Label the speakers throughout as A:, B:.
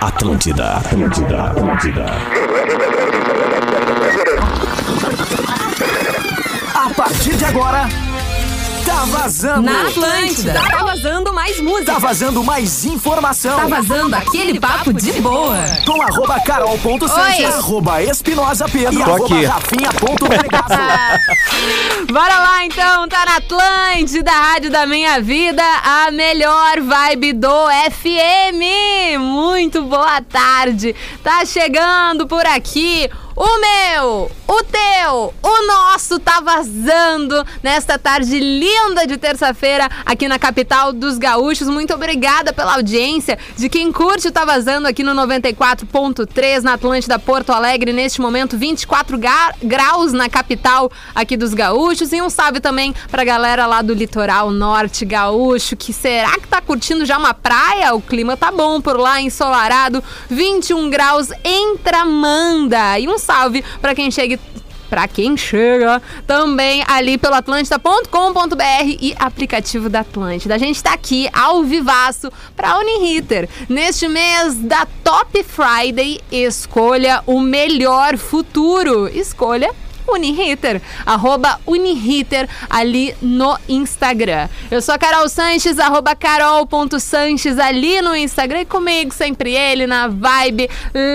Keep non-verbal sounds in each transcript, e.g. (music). A: Atlântida, Atlântida, Atlântida.
B: A partir de agora, tá vazando.
C: Na Atlântida. Tá vazando mais música.
B: Tá vazando mais informação.
C: Tá vazando aquele papo de boa.
B: Com arroba carol.sanches, arroba espinosa pedro,
D: Tô aqui.
B: arroba rafinha.pregaço.
C: Bora lá então, tá na Atlântida, Rádio da Minha Vida, a melhor vibe do FM. Muito boa tarde. Tá chegando por aqui o meu, o teu, o nosso tá vazando nesta tarde linda de terça-feira aqui na capital dos gaúchos. Muito obrigada pela audiência de quem curte o Tá Vazando aqui no 94.3 na Atlântida Porto Alegre. Neste momento, 24 ga- graus na capital aqui dos gaúchos. E um salve também pra galera lá do litoral norte gaúcho, que será que tá curtindo já uma praia? O clima tá bom por lá, ensolarado, 21 graus em Tramanda. E um salve pra quem chegue Pra quem chega também ali pelo atlântida.com.br e aplicativo da Atlântida. A gente tá aqui ao vivaço pra Uniriter. Neste mês da Top Friday, escolha o melhor futuro. Escolha Uniriter, arroba Uniriter ali no Instagram. Eu sou a Carol Sanches, arroba carol.sanches ali no Instagram e comigo sempre ele na vibe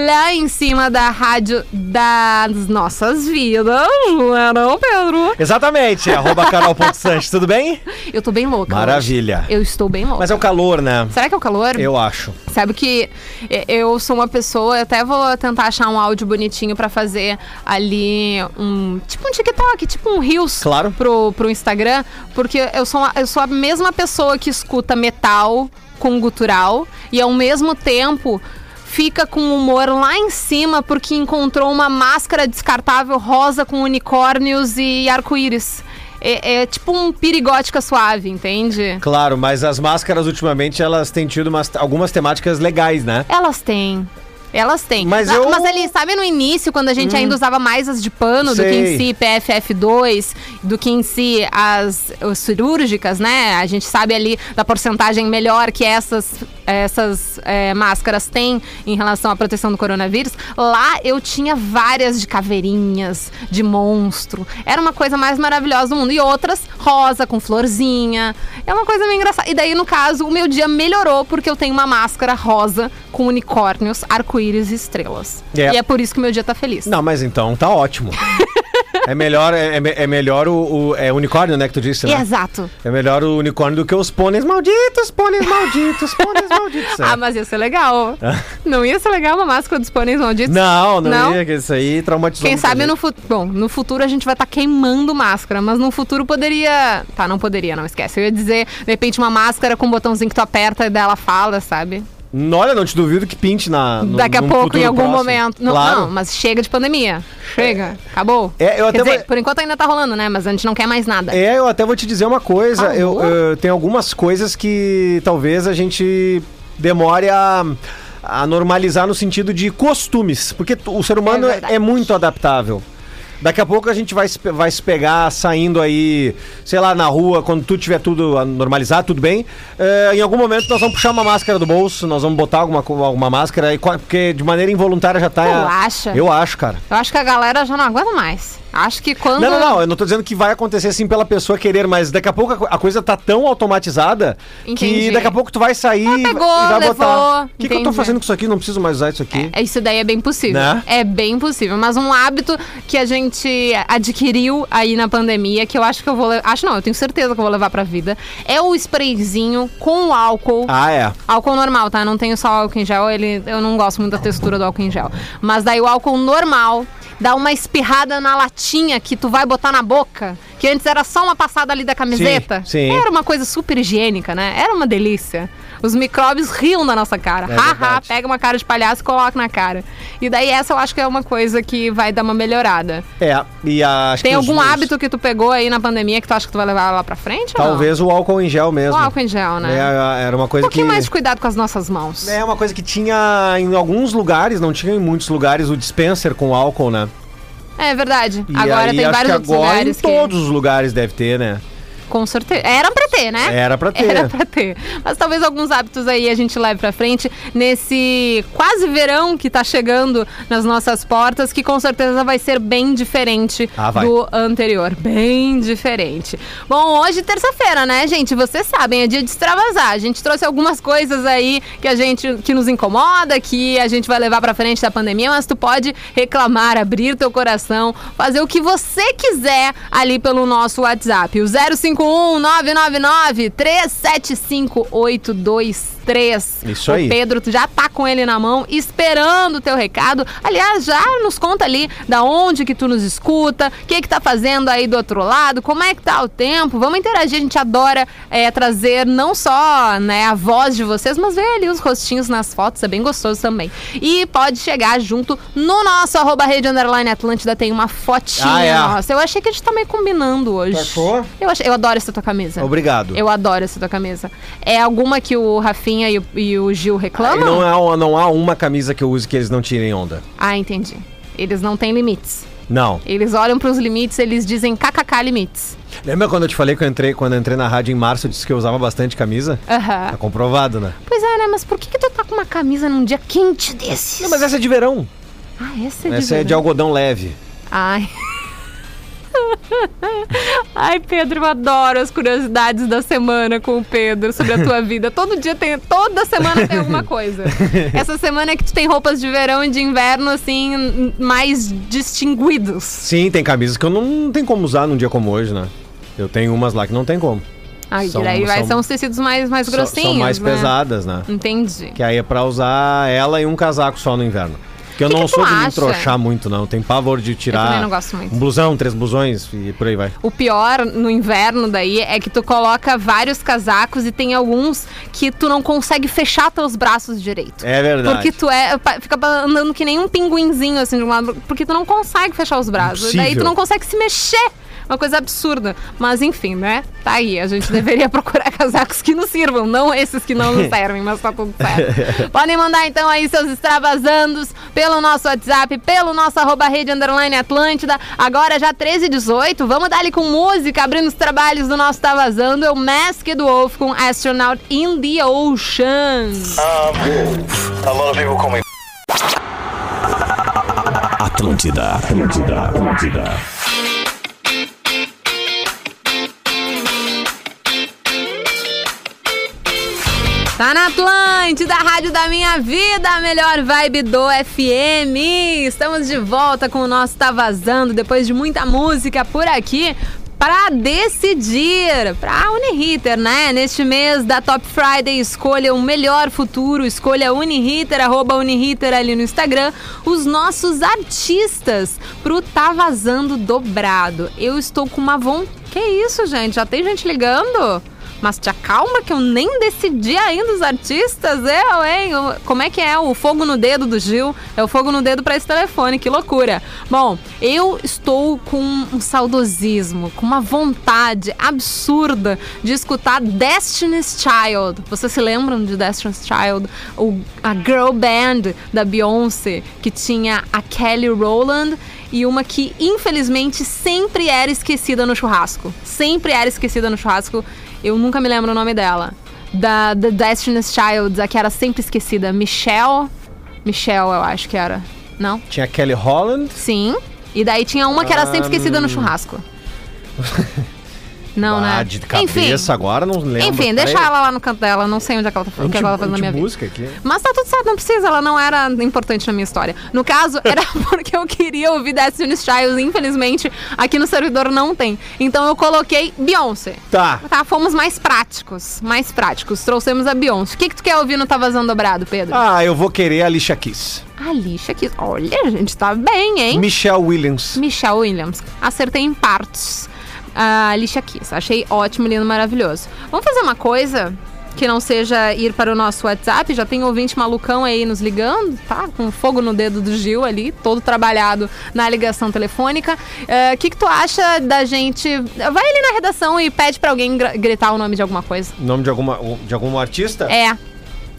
C: lá em cima da rádio das nossas vidas, não é não, Pedro?
D: (laughs) Exatamente, é arroba carol.sanches, tudo bem?
C: Eu tô bem louca. hoje.
D: Maravilha.
C: Eu estou bem louca.
D: Mas é o calor, né?
C: Será que é o calor?
D: Eu acho.
C: Sabe que e- eu sou uma pessoa, eu até vou tentar achar um áudio bonitinho pra fazer ali um. Tipo um TikTok, tipo um Reels
D: Claro.
C: pro, pro Instagram, porque eu sou, uma- eu sou a mesma pessoa que escuta metal com gutural e ao mesmo tempo. Fica com o humor lá em cima porque encontrou uma máscara descartável rosa com unicórnios e arco-íris. É, é tipo um pirigótica suave, entende?
D: Claro, mas as máscaras ultimamente elas têm tido umas- algumas temáticas legais, né?
C: Elas têm. Elas têm.
D: Mas
C: Na-
D: eu- Hum.
C: mas ali, sabe no início, quando a gente ainda usava mais as de pano do que em
D: Sei.
C: si PFF2, do que em si as os cirúrgicas, né? A gente sabe ali da porcentagem melhor que essas, essas é, máscaras têm em relação à proteção do coronavírus. Lá eu tinha várias de caveirinhas, de monstro. Era uma coisa mais maravilhosa do mundo. E outras, rosa, com florzinha. É uma coisa meio engraçada. E daí, no caso, o meu dia melhorou porque eu tenho uma máscara rosa com unicórnios, arco-íris e estrelas.
D: É.
C: E é por isso que o meu dia tá feliz.
D: Não, mas então
C: (laughs)
D: tá ótimo. é melhor, é, é me- é melhor o, o- é unicórnio, né, que tu disse, né?
C: Exato.
D: É melhor o unicórnio do que os pôneis malditos, pôneis malditos, pôneis malditos.
C: (laughs)
D: é.
C: Ah, mas ia ser
D: (laughs)
C: legal. Não ia ser legal uma máscara dos pôneis malditos?
D: Não, não,
C: Não?
D: ia, que isso aí traumatizou.
C: Quem
D: muita
C: sabe
D: gente.
C: no futuro. Bom, no futuro a gente vai estar queimando máscara, mas no futuro poderia. Tá, não poderia, não esquece. Eu ia dizer, de repente, uma máscara com um botãozinho que tu aperta e dela fala, sabe?
D: N- Olha, não te duvido que pinte na. no-
C: Daqui a
D: num
C: pouco,
D: futuro
C: em algum
D: próximo.
C: momento. Não,
D: Claro.
C: não, mas chega de pandemia. Chega. Acabou.
D: É, eu
C: Quer
D: até
C: dizer,
D: vou-
C: por enquanto ainda tá rolando, né? Mas a gente não quer mais nada.
D: É, eu até vou te dizer uma coisa.
C: Ah,
D: Eu,
C: boa.
D: eu- tem algumas coisas que talvez a gente demore a, a normalizar no sentido de costumes, porque tu- o ser humano
C: É
D: é,
C: verdade.
D: é muito adaptável. Daqui a pouco a gente vai se, pe- vai se pegar saindo aí, sei lá, na rua, quando tu tiver tudo a normalizar, tudo bem. É, em algum momento nós vamos puxar uma máscara do bolso, nós vamos botar alguma, co- alguma máscara, e qua- porque de maneira involuntária já tá.
C: Tu acha?
D: Eu acho, cara.
C: Eu acho que a galera já não aguenta mais. Acho que quando.
D: Não, não, não. Eu não tô dizendo que vai acontecer assim pela pessoa querer, mas daqui a pouco a co- a coisa tá tão automatizada
C: Entendi.
D: que daqui a pouco tu vai sair
C: Ah,
D: e
C: pegou,
D: vai
C: levou,
D: botar. O que, que eu tô
C: entendi.
D: fazendo com isso aqui? Não preciso mais usar isso aqui.
C: É, Isso daí é bem possível.
D: Né?
C: É bem possível. Mas um hábito que a gente adquiriu aí na pandemia, que eu acho que eu vou levar. Acho não, eu tenho certeza que eu vou levar pra vida, é o sprayzinho com álcool.
D: Ah, é.
C: Álcool normal, tá? Não tenho só álcool em gel, ele, eu não gosto muito da textura do álcool em gel. Mas daí o álcool normal dá uma espirrada na latinha que tu vai botar na boca, que antes era só uma passada ali da camiseta.
D: sim.
C: Era uma coisa super higiênica, né? Era uma delícia. Os micróbios riam da nossa cara.
D: É
C: Haha,
D: verdade.
C: pega uma cara de palhaço e coloca na cara. E daí essa eu acho que é uma coisa que vai dar uma melhorada.
D: É. E a, acho
C: Tem
D: que os-
C: algum
D: os-
C: hábito que tu pegou aí na pandemia que tu acha que tu vai levar lá pra frente? ou não?
D: Talvez o álcool em gel
C: O
D: mesmo.
C: álcool em gel, né?
D: É, era uma
C: Um
D: coisa
C: pouquinho
D: que.
C: mais de cuidado com as nossas mãos.
D: É uma coisa que tinha em alguns lugares, não tinha em muitos lugares, o dispenser com álcool, né?
C: É verdade.
D: E
C: agora
D: aí,
C: tem
D: acho
C: vários
D: que
C: outros
D: agora
C: lugares
D: em
C: que...
D: todos os lugares deve ter, né?
C: Com certeza. Era pra ter, né?
D: Era pra ter.
C: Era pra ter. Mas talvez alguns hábitos aí a gente leve pra frente nesse quase verão que tá chegando nas nossas portas, que com certeza vai ser bem diferente
D: Ah, vai.
C: do anterior. Bem diferente. Bom, hoje terça-feira, né, gente? Vocês sabem, é dia de extravasar. A gente trouxe algumas coisas aí que a gente que nos incomoda, que a gente vai levar pra frente da pandemia, mas tu pode reclamar, abrir teu coração, fazer o que você quiser ali pelo nosso WhatsApp. O 051 999 375 823.
D: Isso
C: O
D: aí.
C: Pedro, tu já tá com ele na mão, esperando o teu recado. Aliás, já nos conta ali da onde que tu nos escuta, o que que tá fazendo aí do outro lado, como é que tá o tempo. Vamos interagir, a gente adora é, trazer não só né, a voz de vocês, mas ver ali os rostinhos nas fotos, é bem gostoso também. E pode chegar junto no nosso arroba rede underline Atlântida, tem uma fotinha
D: Ah, é.
C: nossa. Eu achei que a gente tá meio combinando hoje.
D: Tu achou?
C: Eu, achei, eu adoro essa tua camisa.
D: Obrigado.
C: Tá. Eu adoro essa tua camisa. É alguma que o Rafinha e o, e o Gil
D: E
C: reclamam?
D: não, é. há, não há uma camisa que eu use que eles não tirem onda.
C: Ah, entendi. Eles não têm limites.
D: Não.
C: Eles olham pros limites, eles dizem kkk limites.
D: Lembra quando eu te falei que eu entrei, quando eu entrei na rádio em março, eu disse que eu usava bastante camisa?
C: Aham.
D: Tá comprovado, né?
C: Pois é, né? Mas por que, que tu tá com uma camisa num dia quente desses?
D: Não, mas essa é de verão.
C: Ah, essa é de
D: Essa é de
C: verdade.
D: algodão leve.
C: Ai. (laughs) Ai, Pedro, eu adoro as curiosidades da semana com o Pedro sobre a
D: (laughs)
C: tua vida. Todo dia tem, toda semana tem alguma coisa. Essa semana é que tu tem roupas de verão e de inverno, assim, n- mais distinguidos.
D: Sim, tem camisas que eu não, não tem como usar num dia como hoje, né? Eu tenho umas lá que não tem como.
C: Ai,
D: São-
C: são, daí vai,
D: são-
C: são, os tecidos mais, mais
D: São-
C: grossinhos.
D: São mais
C: né?
D: pesadas, né?
C: Entendi.
D: Que aí é pra usar ela e um casaco só no inverno. Porque eu
C: Que
D: não
C: que tu
D: sou de me
C: acha?
D: entrochar muito, não. Tem pavor de tirar.
C: também não gosto muito.
D: Um blusão, três blusões e por aí vai.
C: O pior no inverno daí é que tu coloca vários casacos e tem alguns que tu não consegue fechar teus braços direito.
D: É verdade.
C: Porque tu é, pa- fica andando que nem um pinguinzinho assim de um lado, porque tu não consegue fechar os braços.
D: Impossível.
C: Daí tu não consegue se mexer. Uma coisa absurda. Mas enfim, né? Tá aí. A gente deveria (laughs) procurar casacos que nos sirvam, não esses que não nos
D: (laughs)
C: servem, mas tá tudo certo. Podem mandar então aí seus extravasandos pelo nosso WhatsApp, pelo nosso arroba rede underline Atlântida. Agora já 13 e 18. Vamos dar ali com música, abrindo os trabalhos do nosso Tá Vazando. É o Mask do Wolf com Astronaut in the Ocean.
E: A lot of people call me
A: Atlântida, Atlântida, Atlântida.
C: Tá na Atlântida, da Rádio da Minha Vida, a melhor vibe do FM. Estamos de volta com o nosso Tá Vazando, depois de muita música por aqui. Pra decidir, pra Uniriter, né? Neste mês da Top Friday, escolha o melhor futuro, escolha Uniriter, arroba Uniriter ali no Instagram, os nossos artistas pro Tá Vazando dobrado. Eu estou com uma vontade. Que isso, gente? Já tem gente ligando? Mas te acalma que eu nem decidi ainda os artistas, eu, hein? O- Como é que é o fogo no dedo do Gil? É o fogo no dedo pra esse telefone, que loucura. Bom, eu estou com um saudosismo, com uma vontade absurda de escutar Destiny's Child. Vocês se lembram de Destiny's Child? O, a girl band da Beyoncé, que tinha a Kelly Rowland e uma que infelizmente sempre era esquecida no churrasco. Sempre era esquecida no churrasco. Eu nunca me lembro o nome dela. Da The Destiny's Child, a que era sempre esquecida. Michelle. Michelle, eu acho que era. Não?
D: Tinha Kelly Holland.
C: Sim. E daí tinha uma que era
D: Ah,
C: sempre esquecida no
D: hum. (laughs)
C: churrasco. Não,
D: Ah,
C: né?
D: de cabeça agora, não lembro.
C: enfim,
D: Peraí.
C: deixa ela lá no canto dela. Não sei onde é que ela tá, o que ela tá fazendo na minha vida.
D: música aqui.
C: Mas tá tudo certo, não precisa, ela não era importante na minha história. No caso, era (laughs) porque eu queria ouvir Destiny's Child, infelizmente, aqui no servidor não tem. Então eu coloquei Beyoncé.
D: Tá.
C: Tá, fomos mais práticos, mais práticos. Trouxemos a Beyoncé. O que que tu quer ouvir no Tá Vazando Dobrado, Pedro?
D: Ah, eu vou querer a Alicia Keys.
C: A lixa aqui. Olha, gente, tá bem, hein?
D: Michelle Williams.
C: Michelle Williams. Acertei em partes. A lixa Kiss. Achei ótimo, lindo, maravilhoso. Vamos fazer uma coisa que não seja ir para o nosso WhatsApp. Já tem um ouvinte malucão aí nos ligando, tá? Com fogo no dedo do Gil ali, todo trabalhado na ligação telefônica. É, O que, que tu acha da gente. Vai ali na redação e pede pra alguém gra- gritar o nome de alguma coisa.
D: Nome de, alguma, um, de algum artista?
C: É.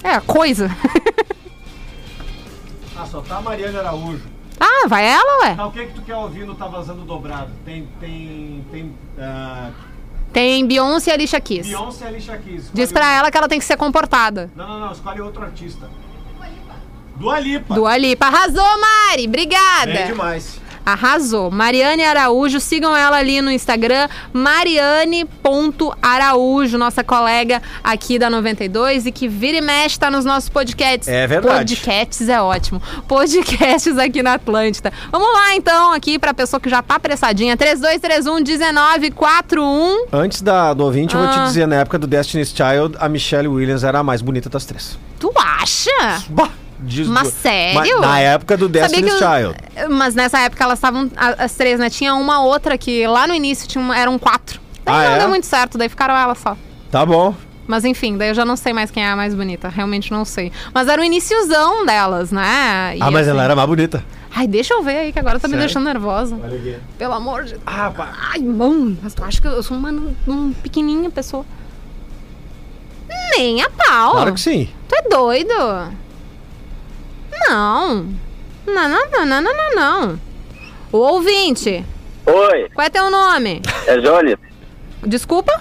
C: É, coisa. (laughs)
D: Ah, só tá Mariana Araújo.
C: ah, vai ela, ué?
D: Tá o que que tu quer ouvir no Tá Vazando Dobrado? Tem, tem, tem
C: Tem Beyoncé e Alicia Keys.
D: Beyoncé e Alicia Keys. um.
C: Diz pra ela que ela tem que ser comportada.
D: Não, não, não. Escolhe outro artista. Dua Lipa.
C: Dua É. Lipa. Arrasou, Mari! Obrigada!
D: Bem demais.
C: Arrasou. Mariane Araújo, sigam ela ali no Instagram, mariane.araújo, nossa colega aqui da 92 e que vira e mexe tá nos nossos podcasts.
D: É verdade.
C: Podcasts é ótimo. Podcasts aqui na Atlântida. Vamos lá então aqui pra pessoa que já tá apressadinha, 32311941.
D: Antes da, do ouvinte, eu vou
C: Ah.
D: te dizer, na época do Destiny's Child, a Michelle Williams era a mais bonita das três.
C: Tu acha?
D: Bah! Diz
C: Mas
D: du-
C: sério?
D: Ma- na época do
C: Sabia
D: Destiny's
C: que eu-
D: Child.
C: Mas nessa época elas estavam a- as três, né? Tinha uma outra que lá no início tinha uma- eram quatro. Daí
D: Ah,
C: não
D: é?
C: deu muito certo, daí ficaram elas só.
D: Tá bom.
C: Mas enfim, daí eu já não sei mais quem é a mais bonita, realmente não sei. Mas era o iniciozão delas, né? E
D: ah, mas
C: assim-
D: ela era mais bonita.
C: Ai, deixa eu ver aí, que agora tá me
D: Sério?
C: deixando nervosa. Pelo amor de
D: Ah, pá.
C: Ai, mão, mas tu acha que eu sou uma, uma pequenininha pessoa? Nem a pau.
D: Claro que sim.
C: Tu é doido? Não. Não, não, não, não, não, não, não. Ô, ouvinte,
F: Oi,
C: qual é teu nome?
F: é Jones.
C: Desculpa?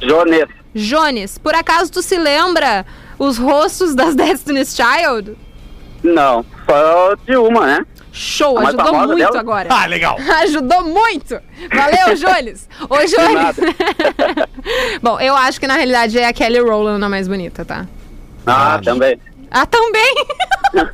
F: Jones.
C: Jones, por acaso tu se lembra os rostos das (laughs) Destiny's Child?
F: Não, só de uma, né?
C: Show,
F: A mais
C: ajudou
F: famosa
C: muito
F: dela?
C: agora.
D: Ah, legal.
C: (laughs) Ajudou muito! Valeu, Jones! Ô, Jones!
F: nada.
C: (laughs) Bom, eu acho que na realidade é a Kelly Rowland a mais bonita, tá?
F: Ah,
D: Ah,
F: também.
C: Ah, também! (laughs)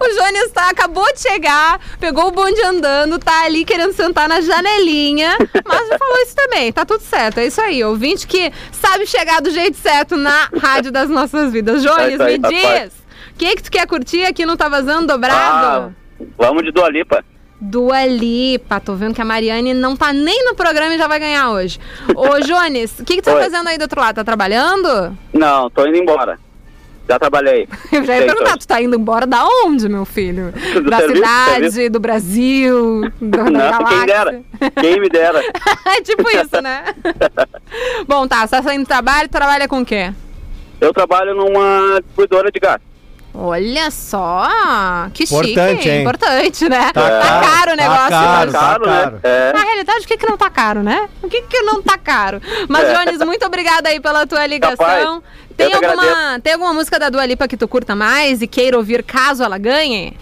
C: o Jones tá, acabou de chegar, pegou o bonde andando, tá ali querendo sentar na janelinha, mas já falou isso também, tá tudo certo, é isso aí. Ouvinte que sabe chegar do jeito certo na rádio das nossas vidas. Jones,
F: isso Tá, aí,
C: me
F: rapaz.
C: diz! O que, que tu quer curtir aqui no Tá Vazando Dobrado?
F: (laughs) Ah, vamos de Dua Lipa.
C: Dua Lipa, tô vendo que a Mariane não tá nem no programa e já vai ganhar hoje. Ô,
F: (laughs)
C: Jones, o que, que tu tá
F: Oi.
C: fazendo aí do outro lado? Tá trabalhando?
F: Não, tô indo embora. Já trabalhei.
C: Eu (laughs) já ia
F: Sei,
C: perguntar,
F: tô-
C: tu tá indo embora da onde, meu filho?
F: Do
C: da
F: serviço,
C: cidade,
F: serviço.
C: do Brasil, do, da
F: Não, quem dera.
C: galáxia.
F: Quem me dera.
C: (laughs) é tipo isso,
F: (laughs)
C: né? Bom, tá, você tá saindo do trabalho, trabalha com o quê?
F: Eu trabalho numa distribuidora de gás.
C: Olha só, que
D: Importante,
C: chique,
D: hein?
C: importante, né? Tá,
D: caro,
C: caro o
D: tá
C: negócio. mas-
D: caro. Tá caro.
F: né? É.
C: Na realidade, o que, que não tá caro, né? O que, que não tá caro? Mas, Jones, muito obrigada aí pela tua ligação.
F: Capaz.
C: Tem
F: É. Eu que
C: alguma,
F: agradeço.
C: tem alguma música da Dua Lipa que tu curta mais e queira ouvir caso ela ganhe?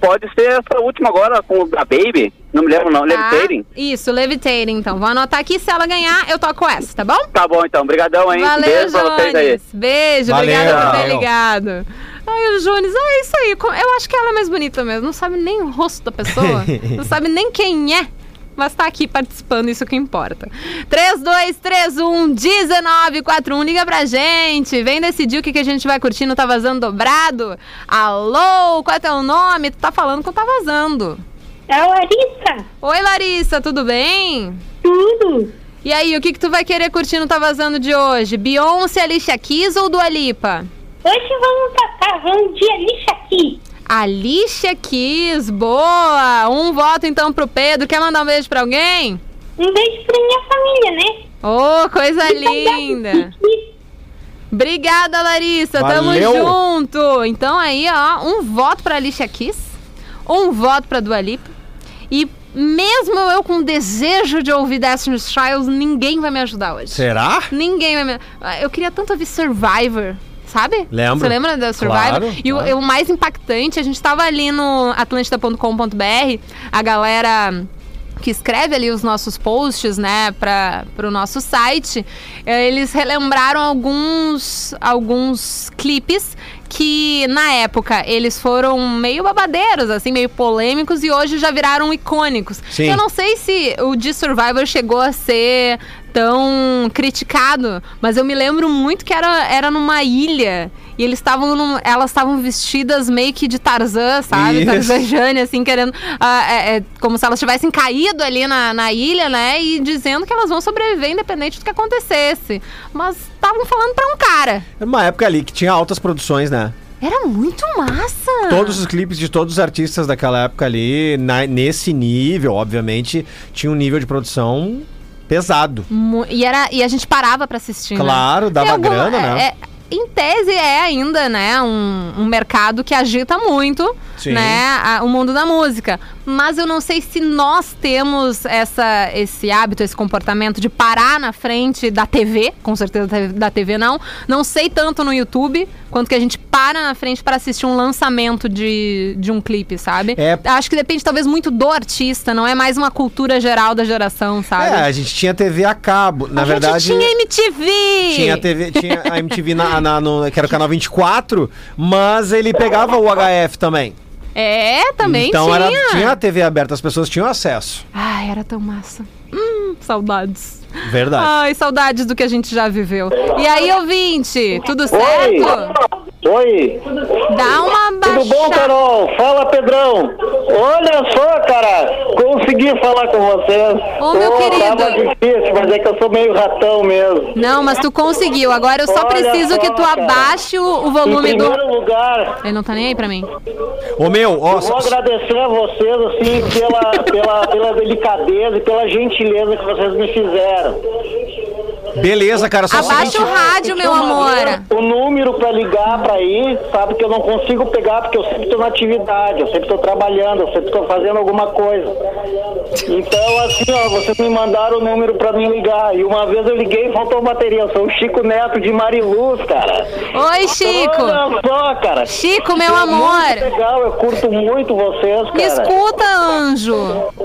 F: Pode ser essa última agora com a Baby. Não me lembro, não.
C: Tá?
F: Levitating.
C: Isso, Levitating, então. Vou anotar aqui. Se ela ganhar, eu toco essa, tá bom?
F: Tá bom, então. Obrigadão, hein?
C: Valeu,
F: Beijo pra vocês aí.
C: Jones. Beijo,
D: Valeu,
C: obrigada por ter
D: valeu.
C: ligado. Ai, o Jones, ah, é isso aí. Co- Eu acho que ela é mais bonita mesmo. Não sabe nem o rosto da pessoa, não sabe nem quem é. Mas tá aqui participando, isso que importa. 3231-1941, liga pra gente. Vem decidir o que, que a gente vai curtir no Tá Vazando Dobrado. Alô, qual é teu nome? Tu tá falando que eu tá vazando.
G: É a Larissa,
C: Oi, Larissa, tudo bem?
G: tudo.
C: E aí, o que, que tu vai querer curtir no Tá Vazando de hoje? Beyoncé, Alicia Keys ou Dua Lipa?
G: Hoje vamos passar, vamos de lixa aqui.
C: Alicia Keys, boa! Um voto então pro Pedro. Quer mandar um beijo pra alguém?
G: Um beijo pra minha família, né? Tá
C: Ô, coisa linda! Obrigada, Larissa.
D: Valeu.
C: Tamo junto. Então aí, ó, um voto pra Alicia Keys, um voto pra Dua Lipa. E mesmo eu com desejo de ouvir Destiny's Child, ninguém vai me ajudar hoje.
D: Será?
C: Ninguém vai me. Ah, Eu queria tanto ouvir Survivor. Sabe?
D: Lembro.
C: Você lembra da Survivor?
D: Claro,
C: e o-
D: claro.
C: O, mais impactante, a gente tava ali no atlântida.com.br, a galera que escreve ali os nossos posts, né, para o nosso site, eh, eles relembraram alguns alguns clipes que na época eles foram meio babadeiros, assim, meio polêmicos e hoje já viraram icônicos.
D: Sim.
C: Eu não sei se o de Survivor chegou a ser tão criticado, mas eu me lembro muito que era, era numa ilha e eles estavam num- elas estavam vestidas meio que de Tarzan, sabe?
D: Isso.
C: Tarzan Jane, assim, querendo. ah, é- é como se elas tivessem caído ali na, na ilha, né? E dizendo que elas vão sobreviver independente do que acontecesse. Mas estavam falando pra um cara.
D: Era uma época ali que tinha altas produções, né?
C: Era muito massa!
D: Todos os clipes de todos os artistas daquela época ali, na- nesse nível, obviamente, tinha um nível de produção pesado.
C: Mu- E, era, e a gente parava pra assistir. né?
D: Claro, dava
C: Tem alguma-
D: grana,
C: é-
D: né?
C: é- em tese é ainda, né, um, um mercado que agita muito.
D: Sim.
C: né, a- o mundo da música. Mas eu não sei se nós temos essa, esse hábito, esse comportamento de parar na frente da TV, com certeza da- da TV não. Não sei tanto no YouTube, quanto que a gente para na frente para assistir um lançamento de, de um clipe, sabe?
D: É.
C: Acho que depende talvez muito do artista, não é mais uma cultura geral da geração, sabe?
D: É, a gente tinha TV a cabo. Na
C: Ah, a
D: verdade.
C: gente tinha MTV!
D: Tinha a TV, tinha a MTV na, na- no, que era o canal 24, mas ele pegava o HF também.
C: É, também
D: então
C: tinha.
D: Era, tinha a TV aberta, as pessoas tinham acesso.
C: Ai, era tão massa. Hum, saudades.
D: Verdade.
C: Ai, saudades do que a gente já viveu. E aí, ouvinte, tudo certo?
F: Oi!
C: Dá uma baixada.
F: Tudo bom, Carol? Fala, Pedrão! Olha só, cara! Consegui falar com vocês!
C: Ô, meu querido.
F: Tava difícil, mas é que eu sou meio ratão mesmo.
C: Não, mas tu conseguiu. Agora eu só
F: Olha
C: preciso
F: só,
C: que tu
F: cara.
C: abaixe o, o
F: Em
C: volume do.
F: primeiro lugar,
C: Ele não tá nem aí pra mim.
D: Ô meu, ó,
F: vou agradecer a vocês, assim, pela, pela, pela delicadeza e pela gentileza que vocês me fizeram.
D: beleza, cara. Só o
C: Abaixa
D: seguinte-
C: o rádio, meu
F: Uma
C: amor.
F: vez, O número pra ligar pra ir, sabe que eu não consigo pegar porque eu sempre tô na atividade, eu sempre tô trabalhando, eu sempre tô fazendo alguma coisa. Então, assim, ó, vocês me mandaram o número pra mim ligar. E uma vez eu liguei e faltou bateria. Eu sou o Chico Neto de Mariluz, cara.
C: Oi, Chico.
F: Olha só, cara. é
C: Chico, meu
F: Muito
C: amor.
F: legal, eu curto muito vocês,
C: Me
F: cara.
C: escuta, anjo.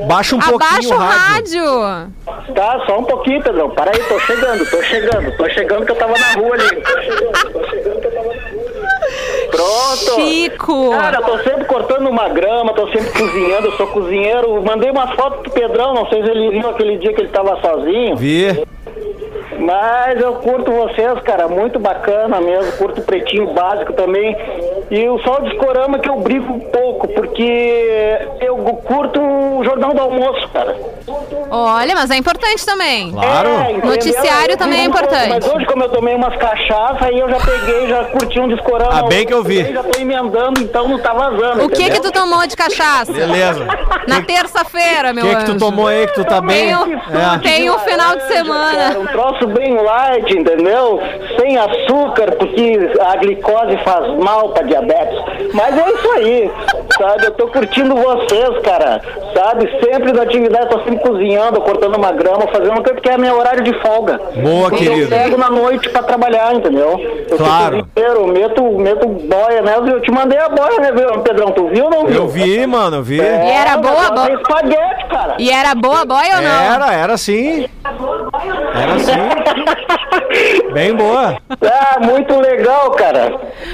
D: Baixa um
C: Abaixa
D: pouquinho
C: o
D: o rádio.
C: rádio.
F: Tá, só um pouquinho, Pedrão. Para aí, tô chegando, tô chegando, tô chegando que eu tava na rua ali. Pronto.
C: Chico.
F: Cara, eu tô sempre cortando uma grama, tô sempre cozinhando, eu sou cozinheiro. Mandei uma foto pro Pedrão, não sei se ele viu aquele dia que ele tava sozinho.
D: Vi.
F: Mas eu curto vocês, cara, muito bacana mesmo. Curto o pretinho básico também. E o sol de corama que eu brigo um pouco, porque eu curto o Jornal do Almoço, cara.
C: Olha, mas é importante também.
D: Claro.
F: É, entendeu?
C: Noticiário
F: Eu
C: também é
F: digo,
C: importante.
F: Mas hoje, como eu tomei umas cachaça, aí eu já peguei, já curti um descorama.
D: Ah, bem que eu vi.
F: Já tô emendando, então não tá vazando.
C: O que que
F: entendeu?
C: tu tomou de cachaça?
D: Beleza.
C: Na terça-feira,
D: O
C: meu
D: que, é que
C: anjo.
D: tu tomou aí que tu tá bem?
C: Tem um- tem um final de
F: Cara, um
C: semana.
F: troço bem light, entendeu? Sem açúcar, porque a glicose faz mal pra diabetes. Mas é isso aí, sabe? Eu tô curtindo vocês, cara. Sabe? Sempre na atividade, tô sempre cozinhando, cortando uma grama, fazendo o que é meu horário de folga.
D: Boa,
F: Quando
D: querido.
F: Eu pego tipo, na noite pra trabalhar, entendeu? Eu
D: Claro.
F: Eu meto, meto boia, né? Eu te mandei a boia, né, Pedrão? Tu viu ou não viu?
D: Eu vi, mano, eu vi.
F: É,
C: E era
F: o
C: boa a
F: negócio
C: boia?
F: é espaguete, cara.
C: E era boa boia ou não?
D: Era, era sim. Era sim. Bem boa.
F: (laughs) Ah, muito legal, cara.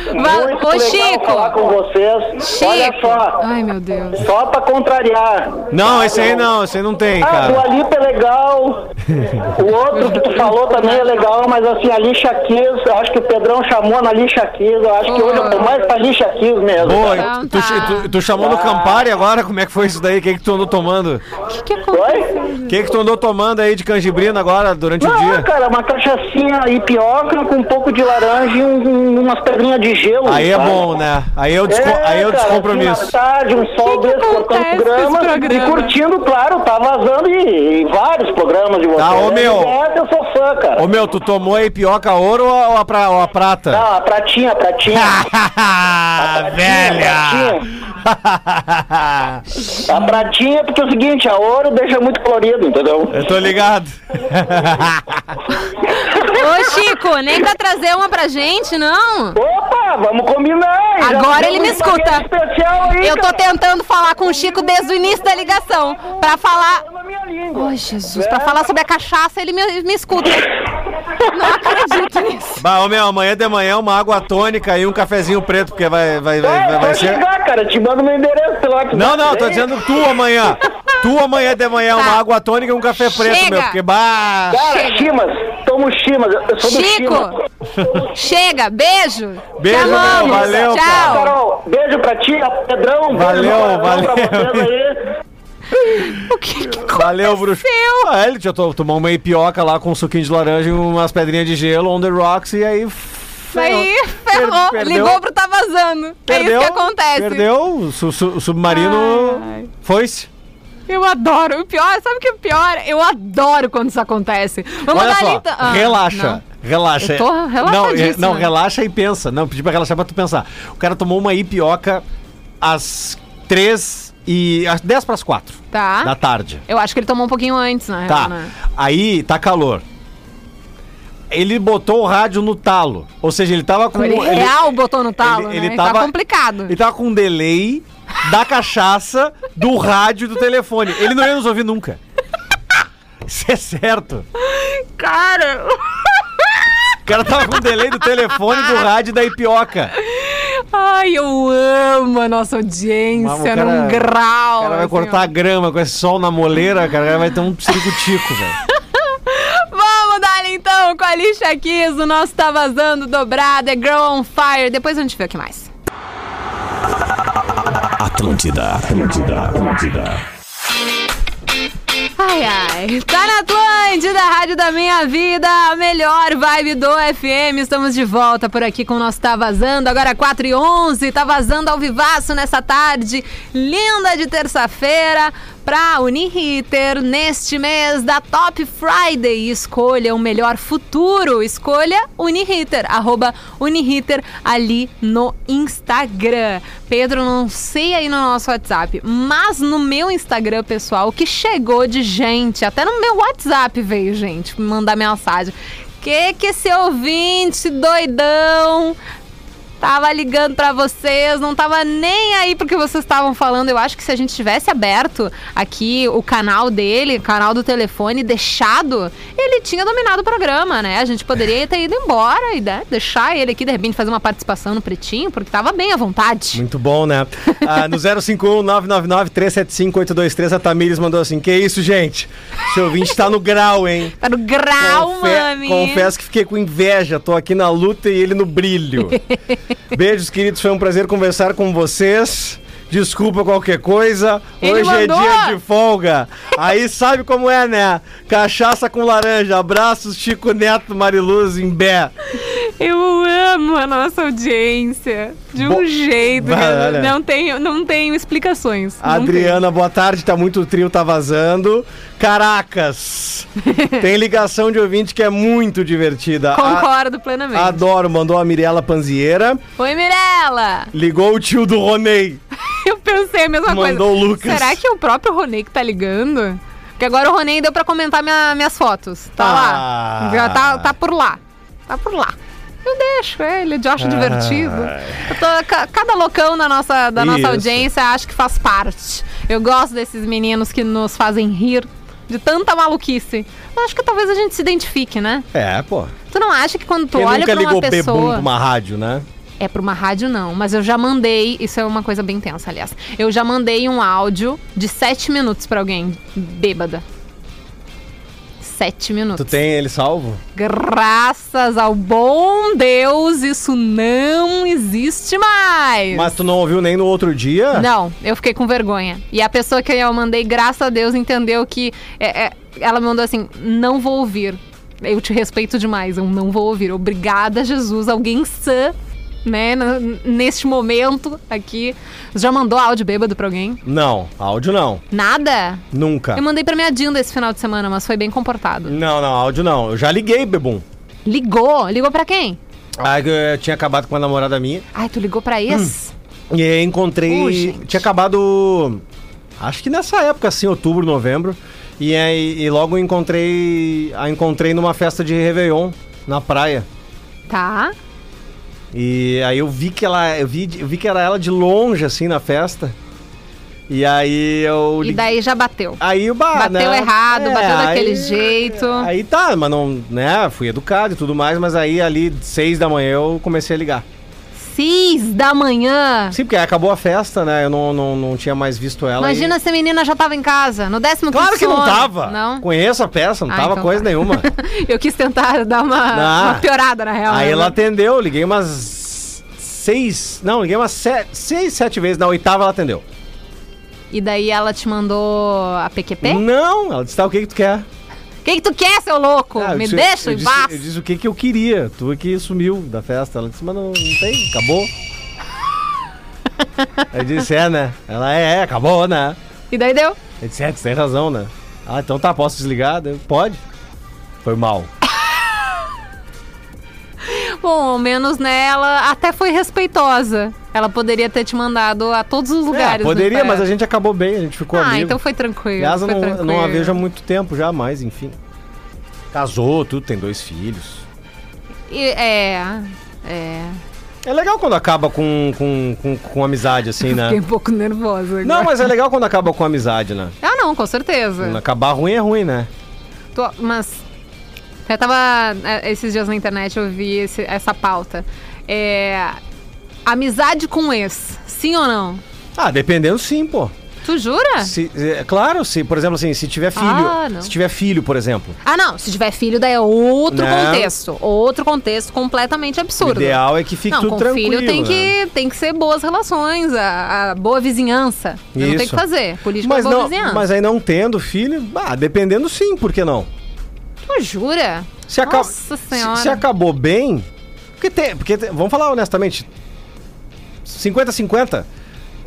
C: Va-
F: muito
C: Ô,
F: legal
C: Chico.
F: falar com vocês.
C: Chico.
F: Olha só,
C: Ai, meu Deus.
F: só pra contrariar.
D: Não, esse aí não, esse aí não tem,
F: Ah, do
D: cara.
F: Alipa é legal. O outro que
C: (laughs)
F: tu falou também é legal, mas assim, a Lixa Kiss, eu acho que o Pedrão chamou na Lixa Kiss, eu acho que hoje eu
C: Ah.
F: tô mais pra Lixa Kiss mesmo.
D: Boa,
C: Então
D: tu,
C: tá.
D: tu- tu chamou no Campari agora, como é que foi isso daí? O que, que tu andou tomando?
C: O que, que
F: Oi?
C: aconteceu?
D: O que, que tu andou tomando aí de canjibrina agora durante o
F: Não,
D: dia?
F: cara, uma cachaçinha ipioca com um pouco de laranja e um- umas pedrinhas de gelo.
D: Aí é
F: sabe?
D: bom, né? Aí eu, desco
F: É,
D: aí eu
F: cara,
D: descompromisso.
F: assim, à tarde, um sol
C: Que que
F: desse, cortando
C: acontece
F: programa,
C: nesse programa?
F: e curtindo, claro, tá vazando e, e vários programas de vocês.
D: Tá, ô,
F: É,
D: meu.
F: É, eu sou fã, cara.
D: Ô meu, tu tomou aí pioca ouro ou a, ou a pra- ou a prata?
F: Ah,
D: (laughs)
F: pratinha, pratinha.
D: Ah. (laughs) Velha!
F: a pratinha, porque é o seguinte, a ouro deixa muito colorido, entendeu?
D: eu tô ligado.
C: Ô, Chico, nem pra trazer uma pra gente, não?
F: Opa, vamos combinar. já
C: Agora ele me
F: fizemos um
C: escuta.
F: espaguete Especial aí,
C: Eu tô
F: cara.
C: tentando falar com o Chico desde o início da ligação. Pra falar.
F: Na minha língua.
C: Ai, Jesus, pra falar sobre a cachaça, ele me, me escuta. Não acredito nisso.
D: Bah, ô meu, amanhã de manhã uma água tônica e um cafezinho preto, porque vai, vai, vai, vai,
F: Vai,
D: vai
F: vai
D: ser.
F: chegar, cara, te mando meu endereço pelo WhatsApp.
D: Não, não, tô
F: Ei,
D: dizendo tu amanhã. Tu amanhã de manhã
C: Tá.
D: uma água tônica e um café preto,
C: Chega.
D: meu, porque bah.
F: Cara,
C: Chega.
F: Chimas, tomo Chimas, eu sou do Chimas.
C: Chico, chega, beijo.
D: Beijo,
C: Te
D: meu,
C: amamos.
D: valeu,
C: Tchau.
D: cara.
F: Carol, beijo pra ti, Pedrão. beijo
D: Valeu,
F: no coração
D: valeu.
F: Pra vocês aí.
C: O que, que
D: Valeu, bruxo. Ah, ele já to- tomou uma ipioca lá com um suquinho de laranja e umas pedrinhas de gelo on the rocks e aí.
C: Aí
D: ferrou.
C: ferrou,
D: Per- perdeu.
C: ligou pro tá vazando. é isso que acontece.
D: Perdeu, o su- su- o submarino
C: Ai, ai.
D: foi-se.
C: Eu adoro. O pior, sabe o que é o pior? Eu adoro quando isso acontece. Vamos
D: Olha
C: dar
D: só,
C: lista- Ah,
D: relaxa.
C: não.
D: Relaxa.
C: Eu tô
D: não, é-
C: relaxadíssima.
D: não, relaxa e pensa. Não, pedi pra relaxar pra tu pensar. O cara tomou uma ipioca às 3 e. às 10 para as 4
C: Tá.
D: da tarde.
C: Eu acho que ele tomou um pouquinho antes, na real,
D: Tá.
C: né?
D: Aí tá calor. Ele botou o rádio no talo. Ou seja, ele tava com.
C: Ele real botou no talo,
D: ele-
C: né?
D: ele
C: Tá
D: tava-
C: complicado.
D: Ele tava com um delay da cachaça, do rádio e do telefone. Ele não ia nos ouvir nunca. (laughs) Isso é certo.
C: Cara...
D: O cara tava com um delay do telefone, do rádio e da ipioca.
C: Ai, eu amo a nossa audiência
D: Mas o cara-
C: num um grau.
D: O cara vai
C: assim,
D: cortar
C: ó.
D: a grama com esse sol na moleira, cara. O cara vai ter um circutico, velho.
C: Vamos dar então com a lixa Kiss, o nosso tá vazando dobrado, é Girl on Fire. Depois a gente vê o que mais.
A: Atlântida, Atlântida, Atlântida.
C: Ai, ai. Tá na Atlântida, Rádio da Minha Vida, a melhor vibe do FM. Estamos de volta por aqui com o nosso Tá Vazando, agora 4 e 11. Tá vazando ao vivaço nessa tarde linda de terça-feira pra Unihitter neste mês da Top Friday. Escolha o melhor futuro, escolha Unihitter, arroba Unihitter ali no Instagram. Pedro, não sei aí no nosso WhatsApp, mas no meu Instagram, pessoal, o que chegou de gente, até no meu WhatsApp veio gente mandar mensagem. Que que esse ouvinte doidão tava ligando pra vocês, não tava nem aí porque vocês estavam falando. Eu acho que se a gente tivesse aberto aqui o canal dele, o canal do telefone, deixado, ele tinha dominado o programa, né? A gente poderia ter ido embora e né, deixar ele aqui, de repente, fazer uma participação no pretinho, porque tava bem à vontade.
D: Muito bom, né? Ah, no 051 999 375 823, a Tamires mandou assim: Que isso, gente? Seu ouvinte tá no grau, hein?
C: Tá no grau,
D: Confe-
C: mami.
D: Confesso que fiquei com inveja. Tô aqui na luta e ele
C: (laughs)
D: no brilho. Beijos, queridos. Foi um prazer conversar com vocês. Desculpa qualquer coisa.
C: Ele
D: Hoje
C: mandou?
D: é dia de folga. Aí sabe como é, né? Cachaça com laranja. Abraços, Chico Neto, Mariluz, Imbé.
C: Eu amo a nossa audiência. De um
D: Bo-
C: jeito. que
D: Olha.
C: eu não tenho, não tenho explicações. Não
D: Adriana, boa tarde. Tá muito trio, tá vazando.
C: (laughs)
D: Caracas. Tem ligação de ouvinte que é muito divertida.
C: tenho.
D: A-
C: Concordo plenamente.
D: Adoro, mandou a Mirella Panzieira.
C: Oi, Mirella!
D: Ligou o tio do Ronei.
C: (laughs) Eu pensei a mesma coisa.
D: Mandou o Lucas.
C: Será que é o próprio Ronei que tá ligando? Porque agora o Ronei deu pra comentar minha- minhas fotos. Tá
D: Ah.
C: lá. Já tá, tá por lá. Tá por lá. Eu deixo, é, ele acha
D: Ah.
C: divertido. Eu tô- ca- cada loucão da nossa, da nossa
D: Isso.
C: audiência acho que faz parte. Eu gosto desses meninos que nos fazem rir de tanta maluquice. Eu acho que talvez a gente se identifique, né?
D: É, pô.
C: Tu não acha que quando tu
D: Quem
C: olha
D: nunca
C: pra
D: ligou
C: uma
D: bebum
C: pessoa.
D: pra uma rádio, né?
C: É pra uma rádio, não, mas eu já mandei. Isso é uma coisa bem tensa, aliás. Eu já mandei um áudio de sete minutos pra alguém bêbada. Sete
D: Tu
C: minutos.
D: tem ele salvo?
C: Graças ao bom Deus, isso não existe mais.
D: Mas tu não ouviu nem no outro dia?
C: Não, eu fiquei com vergonha. E a pessoa que eu mandei, graças a Deus, entendeu que. é, é, ela me mandou assim: não vou ouvir. Eu te respeito demais, eu não vou ouvir. Obrigada, Jesus. Alguém sã, né, n- neste momento aqui. Você já mandou áudio bêbado pra alguém?
D: Não, áudio não.
C: Nada?
D: Nunca.
C: Eu mandei pra minha Dinda esse final de semana, mas foi bem comportado.
D: Não, não, áudio não. Eu já liguei, bebum.
C: Ligou? Ligou pra quem?
D: Aí eu tinha acabado com a namorada minha.
C: Ai, tu ligou pra ex?
D: E aí encontrei.
C: Ui, gente.
D: tinha acabado. Acho que nessa época, assim, outubro, novembro. E aí e logo encontrei. A encontrei numa festa de Réveillon, na praia.
C: Tá.
D: E aí eu vi que ela. Eu vi, eu vi que era ela de longe, assim, na festa. E aí eu.
C: E
D: liguei-
C: daí já bateu.
D: Aí o bar,
C: Bateu
D: né?
C: errado, bateu
D: aí-
C: daquele jeito.
D: Aí tá, mas não, né? Fui educado e tudo mais, mas aí ali, seis da manhã, eu comecei a ligar.
C: Seis da manhã.
D: Sim, porque aí acabou a festa, né? Eu não, não, não tinha mais visto ela. e-
C: Imagina se a menina já tava em casa, no décimo
D: Claro
C: quinto
D: que não
C: sono.
D: tava.
C: Não.
D: Conheço a peça, não
C: Ah,
D: tava
C: então
D: coisa
C: tá.
D: nenhuma.
C: (laughs) Eu quis tentar dar uma,
D: Não.
C: uma piorada, na real.
D: Aí
C: né?
D: ela atendeu, eu liguei umas seis. Não, liguei umas sete, seis, sete vezes. Na oitava ela atendeu.
C: E daí ela te mandou a PQP? O
D: Não, ela disse, tá, o que que tu quer?
C: que, que tu quer, seu louco?
D: Ah, eu
C: Me
D: disse-
C: deixa
D: eu
C: em
D: disse-
C: paz.
D: Eu disse o que que eu queria. Tu que sumiu da festa. Ela disse, mas não, não tem,
C: (laughs)
D: acabou. eu disse, é, né? Ela, é, é, acabou, né?
C: E daí deu?
D: Eu disse, é, tu tem razão, né? Ah, então tá, posso desligar? Eu, Pode. Foi mal.
C: Bom, ao menos, né, ela até foi respeitosa. Ela poderia ter te mandado a todos os lugares.
D: É, poderia,
C: nessa
D: mas a
C: época.
D: gente acabou bem, a gente ficou
C: né, Ah,
D: amigo.
C: então foi tranquilo.
D: Aliás, eu
C: foi
D: não, eu
C: tranquilo.
D: não a vejo há muito tempo já, mas enfim. Casou, tudo, tem dois filhos.
C: E- É, é.
D: É legal quando acaba com, com, com, com amizade, assim,
C: Fiquei
D: né?
C: um pouco nervosa agora.
D: Não, mas
C: (laughs)
D: é legal quando acaba com amizade, né?
C: Ah, não, com certeza.
D: Quando acabar ruim é ruim, né?
C: Tô- mas eu tava eh, esses dias na internet eu vi esse- essa pauta. É, amizade com ex, sim ou não?
D: Ah, dependendo sim, pô.
C: Tu jura?
D: Se- é, claro, se, por exemplo, assim, se tiver filho.
C: Ah, não.
D: se tiver filho, por exemplo.
C: Ah, não. Se tiver filho, daí é outro
D: Não.
C: contexto. Outro contexto completamente
D: Né? O
C: absurdo.
D: ideal é que fique
C: não,
D: tudo
C: com
D: tranquilo.
C: filho tem,
D: né?
C: que, tem que ser boas relações, a, a boa vizinhança. Não tem
D: Isso.
C: que fazer. Política
D: Mas,
C: é boa
D: não,
C: vizinhança.
D: mas aí não tendo filho, bah, dependendo sim, por que não?
C: Tu jura?
D: Se aca-
C: Nossa
D: se-
C: Senhora.
D: Se, acabou bem. Porque tem. Porque tem- vamos falar honestamente. 50-50.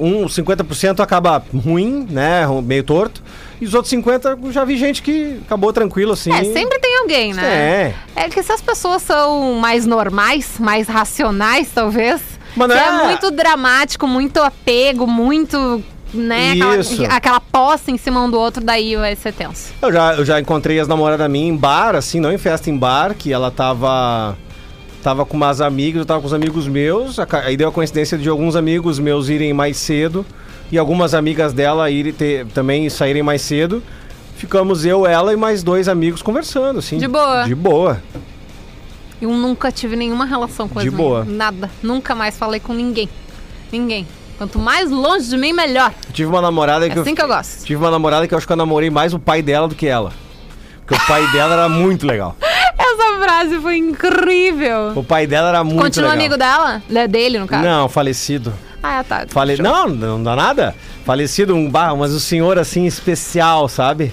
D: Um 50% acaba ruim, né? ru- Meio torto. E os outros 50% eu já vi gente que acabou tranquilo assim.
C: É, sempre tem alguém, né?
D: É.
C: É que se as pessoas são mais normais, mais racionais, talvez.
D: Mas não
C: que é...
D: é-
C: muito dramático, muito apego, muito. Né?
D: Isso.
C: Aquela, aquela posse em cima um do outro, daí vai ser tenso.
D: Eu já, eu já encontrei as namoradas minha em bar, assim, não em festa, em bar, que ela tava. Tava com umas amigas, eu tava com os amigos meus. aca- Aí deu a coincidência de alguns amigos meus irem mais cedo e algumas amigas dela irem ter, também saírem mais cedo. Ficamos eu, ela e mais dois amigos conversando, assim.
C: De boa.
D: De boa.
C: Eu nunca tive nenhuma relação com
D: De
C: eles,
D: boa.
C: Nada. Nunca mais falei com ninguém. Ninguém. Quanto mais longe de mim, melhor.
D: Tive uma namorada
C: É
D: que
C: assim
D: eu.
C: que eu
D: (laughs)
C: gosto.
D: Tive uma namorada que eu acho que eu namorei mais o pai dela do que ela. Porque o pai dela era muito legal.
C: Essa frase foi incrível.
D: O pai dela era muito
C: Continua
D: legal.
C: amigo dela? É dele, no caso?
D: Não, falecido.
C: Ah, tá.
D: Fale... Não, não dá nada. Falecido um bar, mas um senhor assim especial, sabe?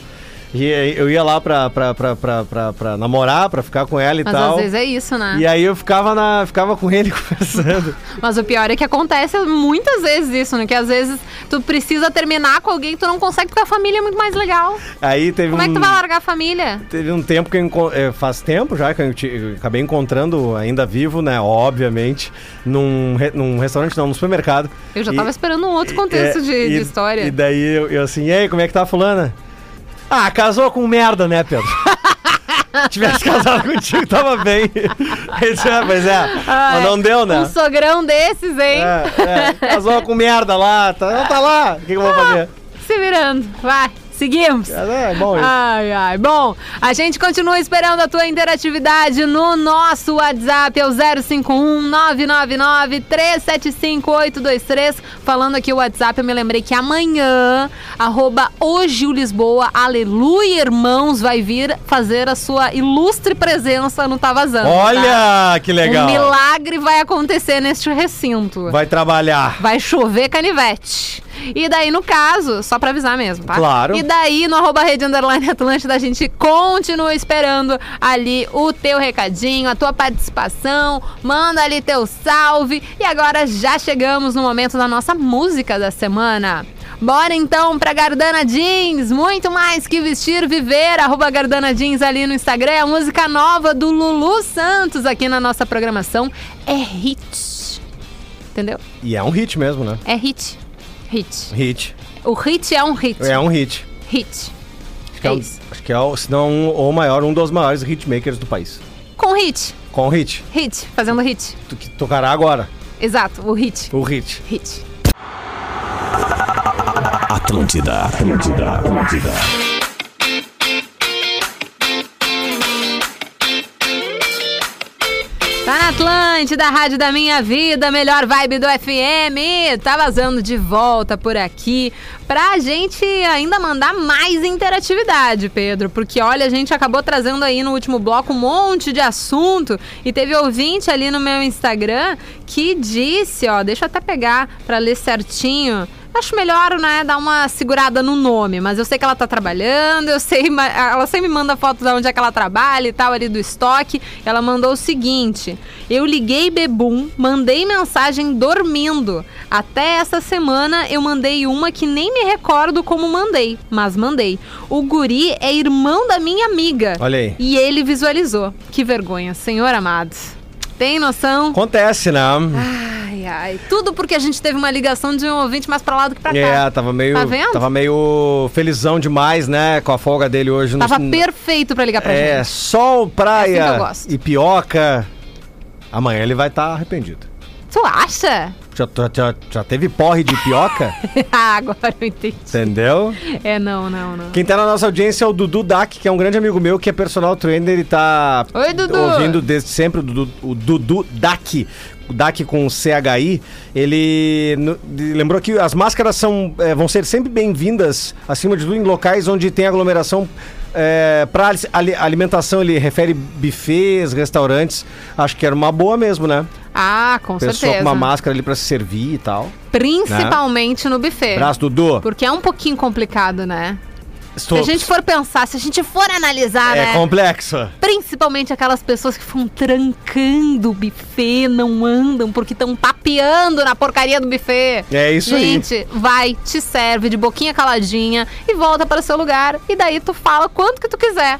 D: E eh, eu ia lá pra, pra, pra, pra, pra, pra namorar, pra ficar com ela e
C: Mas
D: tal.
C: às vezes é isso, né?
D: E aí eu ficava, na, ficava com ele (laughs) conversando.
C: Mas o pior é que acontece muitas vezes isso, né? Que às vezes tu precisa terminar com alguém que tu não consegue, porque a família é muito mais legal.
D: Aí teve
C: Como
D: um...
C: é que tu vai largar a família?
D: Teve um tempo que eu encon- eh, faz tempo já que eu, te- eu acabei encontrando ainda vivo, né? Obviamente, num, re- num restaurante, não, num supermercado.
C: Eu já
D: E-
C: tava esperando um outro contexto
D: é,
C: de,
D: e-
C: de história.
D: E daí eu, eu assim, e aí, como é que tá a fulana? Ah, casou com merda, né, Pedro? (laughs) Tivesse casado contigo, tava bem. (laughs) Ele disse, é, pois é,
C: Ai,
D: mas não deu,
C: Um
D: né?
C: sogrão desses, hein?
D: É, é, casou com merda lá, tá, ela tá lá, o que, que eu vou fazer?
C: (laughs) Se virando. Vai, seguimos.
D: Mas é bom isso.
C: Ai, ai. Bom, a gente continua esperando a tua interatividade no nosso WhatsApp, é o 051-999-375-823. Falando aqui o WhatsApp, eu me lembrei que amanhã, arroba hoje o Lisboa, aleluia, irmãos, vai vir fazer a sua ilustre presença no Tá Vazando. tá?
D: Olha, que legal.
C: Um milagre vai acontecer neste recinto.
D: Vai trabalhar.
C: Vai chover canivete. E daí, no caso, só pra avisar mesmo, tá?
D: Claro.
C: E daí, no arroba rede underline Atlântida, a gente continua esperando ali o teu recadinho, a tua participação, manda ali teu salve. E agora já chegamos no momento da nossa música da semana. Bora então pra Gardana Jeans, muito mais que vestir, viver, arroba Gardana Jeans ali no Instagram, a música nova do Lulu Santos aqui na nossa programação é hit. Entendeu?
D: E é um hit mesmo, né?
C: É hit. Hit.
D: Hit.
C: O hit é um hit.
D: É um hit.
C: Hit.
D: Acho que
C: É
D: é, um-
C: isso.
D: acho que é o, se não um- o maior, um dos maiores hitmakers do país.
C: Com hit.
D: Com hit.
C: Hit. Fazendo hit.
D: Tu- Que tocará agora.
C: Exato, o hit.
D: O hit.
C: Hit.
A: Atlântida, Atlântida, Atlântida.
C: Tá na Atlântida, da Rádio da Minha Vida, melhor vibe do FM. Tá vazando de volta por aqui pra gente ainda mandar mais interatividade, Pedro. Porque olha, a gente acabou trazendo aí no último bloco um monte de assunto e teve ouvinte ali no meu Instagram que disse, ó, deixa eu até pegar pra ler certinho. Acho melhor, né, dar uma segurada no nome, mas eu sei que ela tá trabalhando, eu sei, ma- ela sempre manda foto de onde é que ela trabalha e tal, ali do estoque. Ela mandou o seguinte: eu liguei Bebum, mandei mensagem dormindo. Até essa semana eu mandei uma que nem me recordo como mandei, mas mandei. O guri é irmão da minha amiga.
D: Olha aí.
C: E ele visualizou. Que vergonha, senhor amado. Tem noção?
D: Acontece, né?
C: Ai, ai. Tudo porque a gente teve uma ligação de um ouvinte mais pra lá do que pra cá.
D: É, tava meio.
C: Tá vendo?
D: Tava meio felizão demais, né? Com a folga dele hoje no-
C: Tava perfeito pra ligar pra
D: É,
C: gente.
D: sol, praia
C: É assim que eu gosto.
D: e pioca. Amanhã ele vai estar arrependido.
C: Tu acha? (laughs)
D: Já, já, já teve porre de pioca?
C: ah, agora eu entendi.
D: entendeu?
C: É, não, não, não.
D: Quem tá na nossa audiência é o Dudu Dac, que é um grande amigo meu, que é personal trainer e tá
C: Oi, Dudu.
D: ouvindo desde sempre o Dudu, o Dudu Dac. O Dac com CHI, ele no- de- lembrou que as máscaras são, eh, vão ser sempre bem-vindas, acima de tudo, em locais onde tem aglomeração. é, para alimentação, ele refere bufês, restaurantes. Acho que era uma boa mesmo, né?
C: Ah, com
D: Pessoa
C: certeza.
D: com uma né? máscara ali pra se servir e tal.
C: Principalmente no buffet.
D: Abraço, Dudu.
C: Porque é um pouquinho complicado, né? Se
D: Estou-
C: a gente for pensar, se a gente for analisar,
D: É
C: né?
D: complexo.
C: Principalmente aquelas pessoas que ficam trancando o buffet, não andam porque estão papeando na porcaria do buffet.
D: É isso aí.
C: Gente, vai, te serve de boquinha caladinha e volta para o seu lugar. E daí tu fala quanto que tu quiser.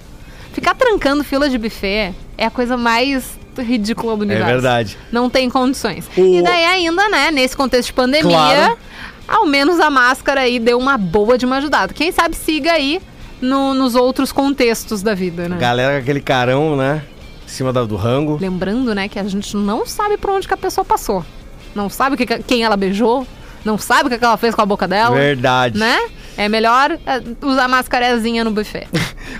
C: Ficar trancando fila de buffet é a coisa mais ridícula do universo.
D: É verdade.
C: Não tem condições.
D: O-
C: E daí ainda, né, nesse contexto de pandemia,
D: Claro.
C: ao menos a máscara aí deu uma boa de uma ajudada. Quem sabe siga aí no- nos outros contextos da vida, né?
D: Galera com aquele carão, né? Em cima da- do rango.
C: Lembrando, né, que a gente não sabe por onde que a pessoa passou. Não sabe o que que- quem ela beijou, não sabe o que que ela fez com a boca dela.
D: Verdade.
C: Né? É melhor eh, usar mascarezinha no buffet.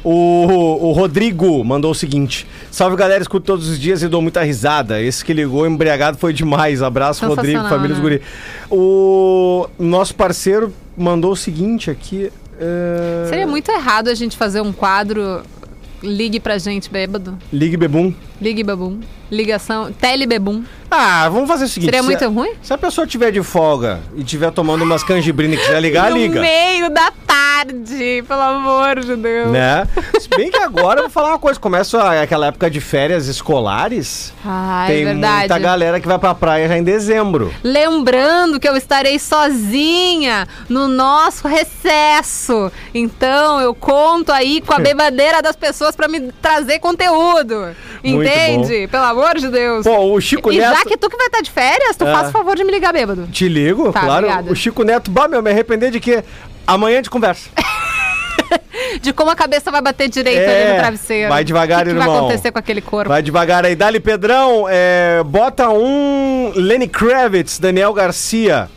D: O, o Rodrigo mandou o seguinte: Salve galera, escuto todos os dias e dou muita risada. Esse que ligou embriagado foi demais. Abraço,
C: Sensacional,
D: Rodrigo, família dos
C: né?
D: guri. O nosso parceiro mandou o seguinte aqui. é,
C: Seria muito errado a gente fazer um quadro Ligue pra gente, bêbado.
D: Ligue Bebum.
C: Ligue, bebum. Ligação, telebebum.
D: Ah, vamos fazer o seguinte:
C: Seria
D: se
C: muito
D: a-
C: ruim?
D: Se a pessoa tiver de folga e tiver tomando umas canjibrinas e quiser ligar,
C: no
D: liga.
C: meio da tarde, pelo amor de Deus.
D: Né? Se bem que agora eu vou falar uma coisa: começa a- aquela época de férias escolares.
C: Ah, é
D: Tem
C: verdade.
D: muita galera que vai pra praia já em dezembro.
C: Lembrando que eu estarei sozinha no nosso recesso. Então eu conto aí
D: (laughs)
C: com a bebadeira das pessoas pra me trazer conteúdo.
D: Muito
C: Entende? Pelo amor de Deus.
D: Pô, o Chico
C: e já
D: Neto.
C: que tu que vai estar de férias, tu
D: É.
C: faz o favor de me ligar bêbado.
D: Te ligo,
C: Tá,
D: claro.
C: obrigada.
D: O Chico Neto, bah, meu, me arrepender de quê? Amanhã
C: (laughs)
D: de conversa.
C: De como a cabeça vai bater direito
D: É,
C: ali no travesseiro.
D: vai
C: o
D: devagar,
C: que que
D: irmão.
C: vai acontecer com aquele corpo?
D: Vai devagar aí. Dali Pedrão, é, bota um Lenny Kravitz, Daniel Garcia.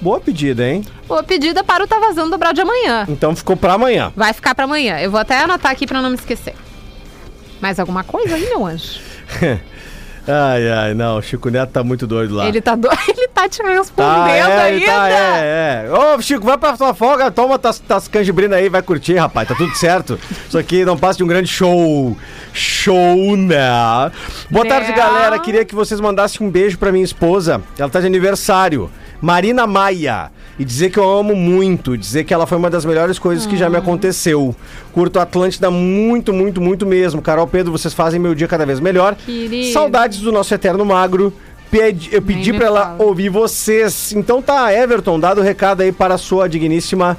D: Boa pedida, hein?
C: Boa pedida para o Tá Vazando Dobral de amanhã.
D: Então ficou pra amanhã.
C: Vai ficar pra amanhã. Eu vou até anotar aqui pra não me esquecer. Mais alguma coisa aí, meu anjo?
D: Ai, ai, não, o Chico Neto tá muito doido lá.
C: Ele tá do... (laughs) ele tá te respondendo
D: Tá, é, ele
C: ainda.
D: tá, é, é. Ô, Chico, vai pra tua folga, toma tuas, tuas canjibrinas aí, vai curtir, rapaz, tá tudo certo. Isso aqui não passa de um grande show. Show, né? Boa
C: Né?
D: tarde, galera. Queria que vocês mandassem um beijo pra minha esposa. Ela tá de aniversário. Marina Maia. E dizer que eu amo muito, dizer que ela foi uma das melhores coisas que
C: Ah.
D: já me aconteceu. Curto Atlântida muito, muito, muito mesmo. Carol Pedro, vocês fazem meu dia cada vez melhor.
C: Querido.
D: Saudades do nosso eterno magro. Pedi- eu
C: Nem
D: pedi
C: me
D: pra ela
C: fala.
D: ouvir vocês. Então tá, Everton, dado o recado aí para a sua digníssima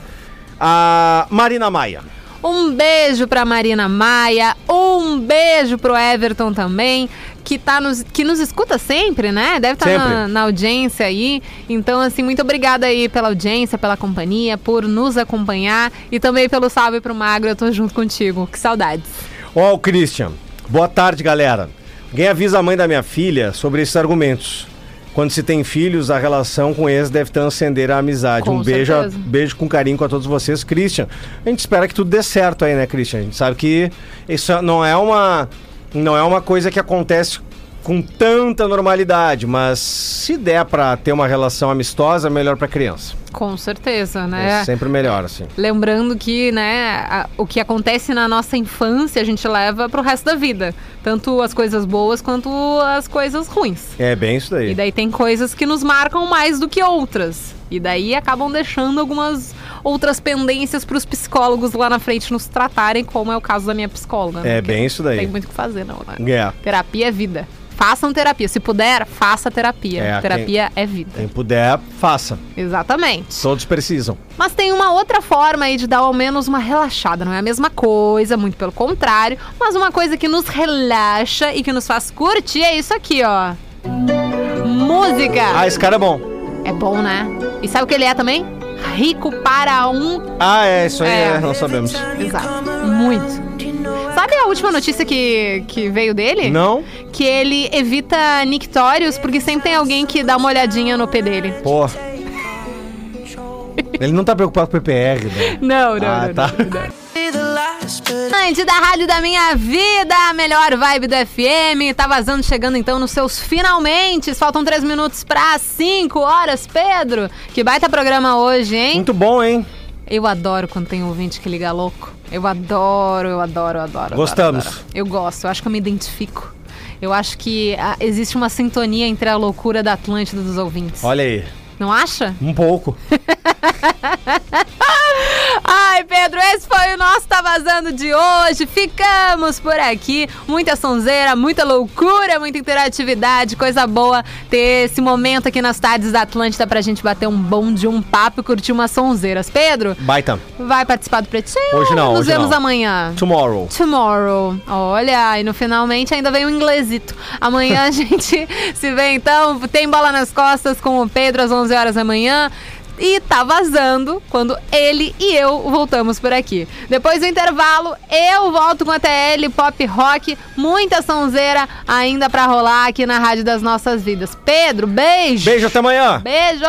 D: a Marina Maia.
C: Um beijo pra Marina Maia, um beijo pro Everton também, que, tá nos, que nos escuta sempre, né? Deve estar
D: Sempre.
C: na, na audiência aí. Então, assim, muito obrigada aí pela audiência, pela companhia, por nos acompanhar e também pelo salve pro Magro. Eu tô junto contigo. Que saudades.
D: Ó, o Christian. Boa tarde, galera. Alguém avisa a mãe da minha filha sobre esses argumentos. Quando se tem filhos, a relação com eles deve transcender a amizade.
C: Com
D: um beijo, a-
C: certeza.
D: beijo com carinho com a todos vocês, Christian. A gente espera que tudo dê certo aí, né, Christian? A gente sabe que isso não é uma não é uma coisa que acontece com tanta normalidade, mas se der pra ter uma relação amistosa, é melhor pra criança.
C: Com certeza, né?
D: É sempre melhor assim.
C: Lembrando que, né, a- o que acontece na nossa infância a gente leva pro resto da vida. Tanto as coisas boas quanto as coisas ruins.
D: É bem isso daí.
C: E daí tem coisas que nos marcam mais do que outras. E daí acabam deixando algumas outras pendências para os psicólogos lá na frente nos tratarem, como é o caso da minha psicóloga. né?
D: É
C: Porque
D: bem isso
C: Não tem
D: daí.
C: muito o que fazer, não, né?
D: É.
C: Terapia é vida. Façam terapia. Se puder, faça terapia.
D: É,
C: terapia é vida.
D: Quem puder, faça.
C: Exatamente.
D: Todos precisam.
C: Mas tem uma outra forma aí de dar ao menos uma relaxada. Não é a mesma coisa, muito pelo contrário, mas uma coisa que nos relaxa e que nos faz curtir é isso aqui, ó.
D: Ah,
C: Música!
D: esse cara é bom.
C: É bom, né? E sabe o que ele é também? Rico para um.
D: Ah, é, isso aí
C: É.
D: é, não sabemos.
C: Exato. Muito. Sabe a última notícia que, que veio dele?
D: Não?
C: Que ele evita nictórios porque sempre tem alguém que dá uma olhadinha no pé dele.
D: Pô. Ele não tá preocupado com o PPR, né?
C: Não, não,
D: Ah,
C: não,
D: tá.
C: não, não. Antes da rádio da minha vida, a melhor vibe do FM. Tá vazando, chegando então nos seus finalmente. Faltam três minutos pra cinco horas, Pedro. Que baita programa hoje, hein?
D: Muito bom, hein?
C: Eu adoro quando tem ouvinte que liga louco. Eu adoro, eu adoro, eu adoro.
D: Gostamos.
C: adoro, adoro. Eu gosto, eu acho que eu me identifico. Eu acho que ah, existe uma sintonia entre a loucura da Atlântida dos ouvintes.
D: Olha aí.
C: Não acha?
D: Um pouco.
C: Ai, Pedro, esse foi o nosso Tá Vazando de hoje. Ficamos por aqui. Muita sonzeira, muita loucura, muita interatividade. Coisa boa ter esse momento aqui nas tardes da Atlântida pra gente bater um bom de um papo e curtir umas sonzeiras. Pedro,
D: Baita.
C: vai participar do Pretinho?
D: Hoje não,
C: Nos
D: hoje
C: vemos
D: não.
C: amanhã.
D: Tomorrow.
C: Tomorrow. Olha, e no finalmente ainda vem o inglesito. Amanhã a (laughs) gente se vê então. Tem bola nas costas com o Pedro às 11 horas da manhã. E tá vazando quando ele e eu voltamos por aqui. Depois do intervalo, eu volto com a TL Pop Rock. Muita sonzeira ainda pra rolar aqui na Rádio das Nossas Vidas. Pedro, beijo.
D: Beijo, até amanhã.
C: Beijo.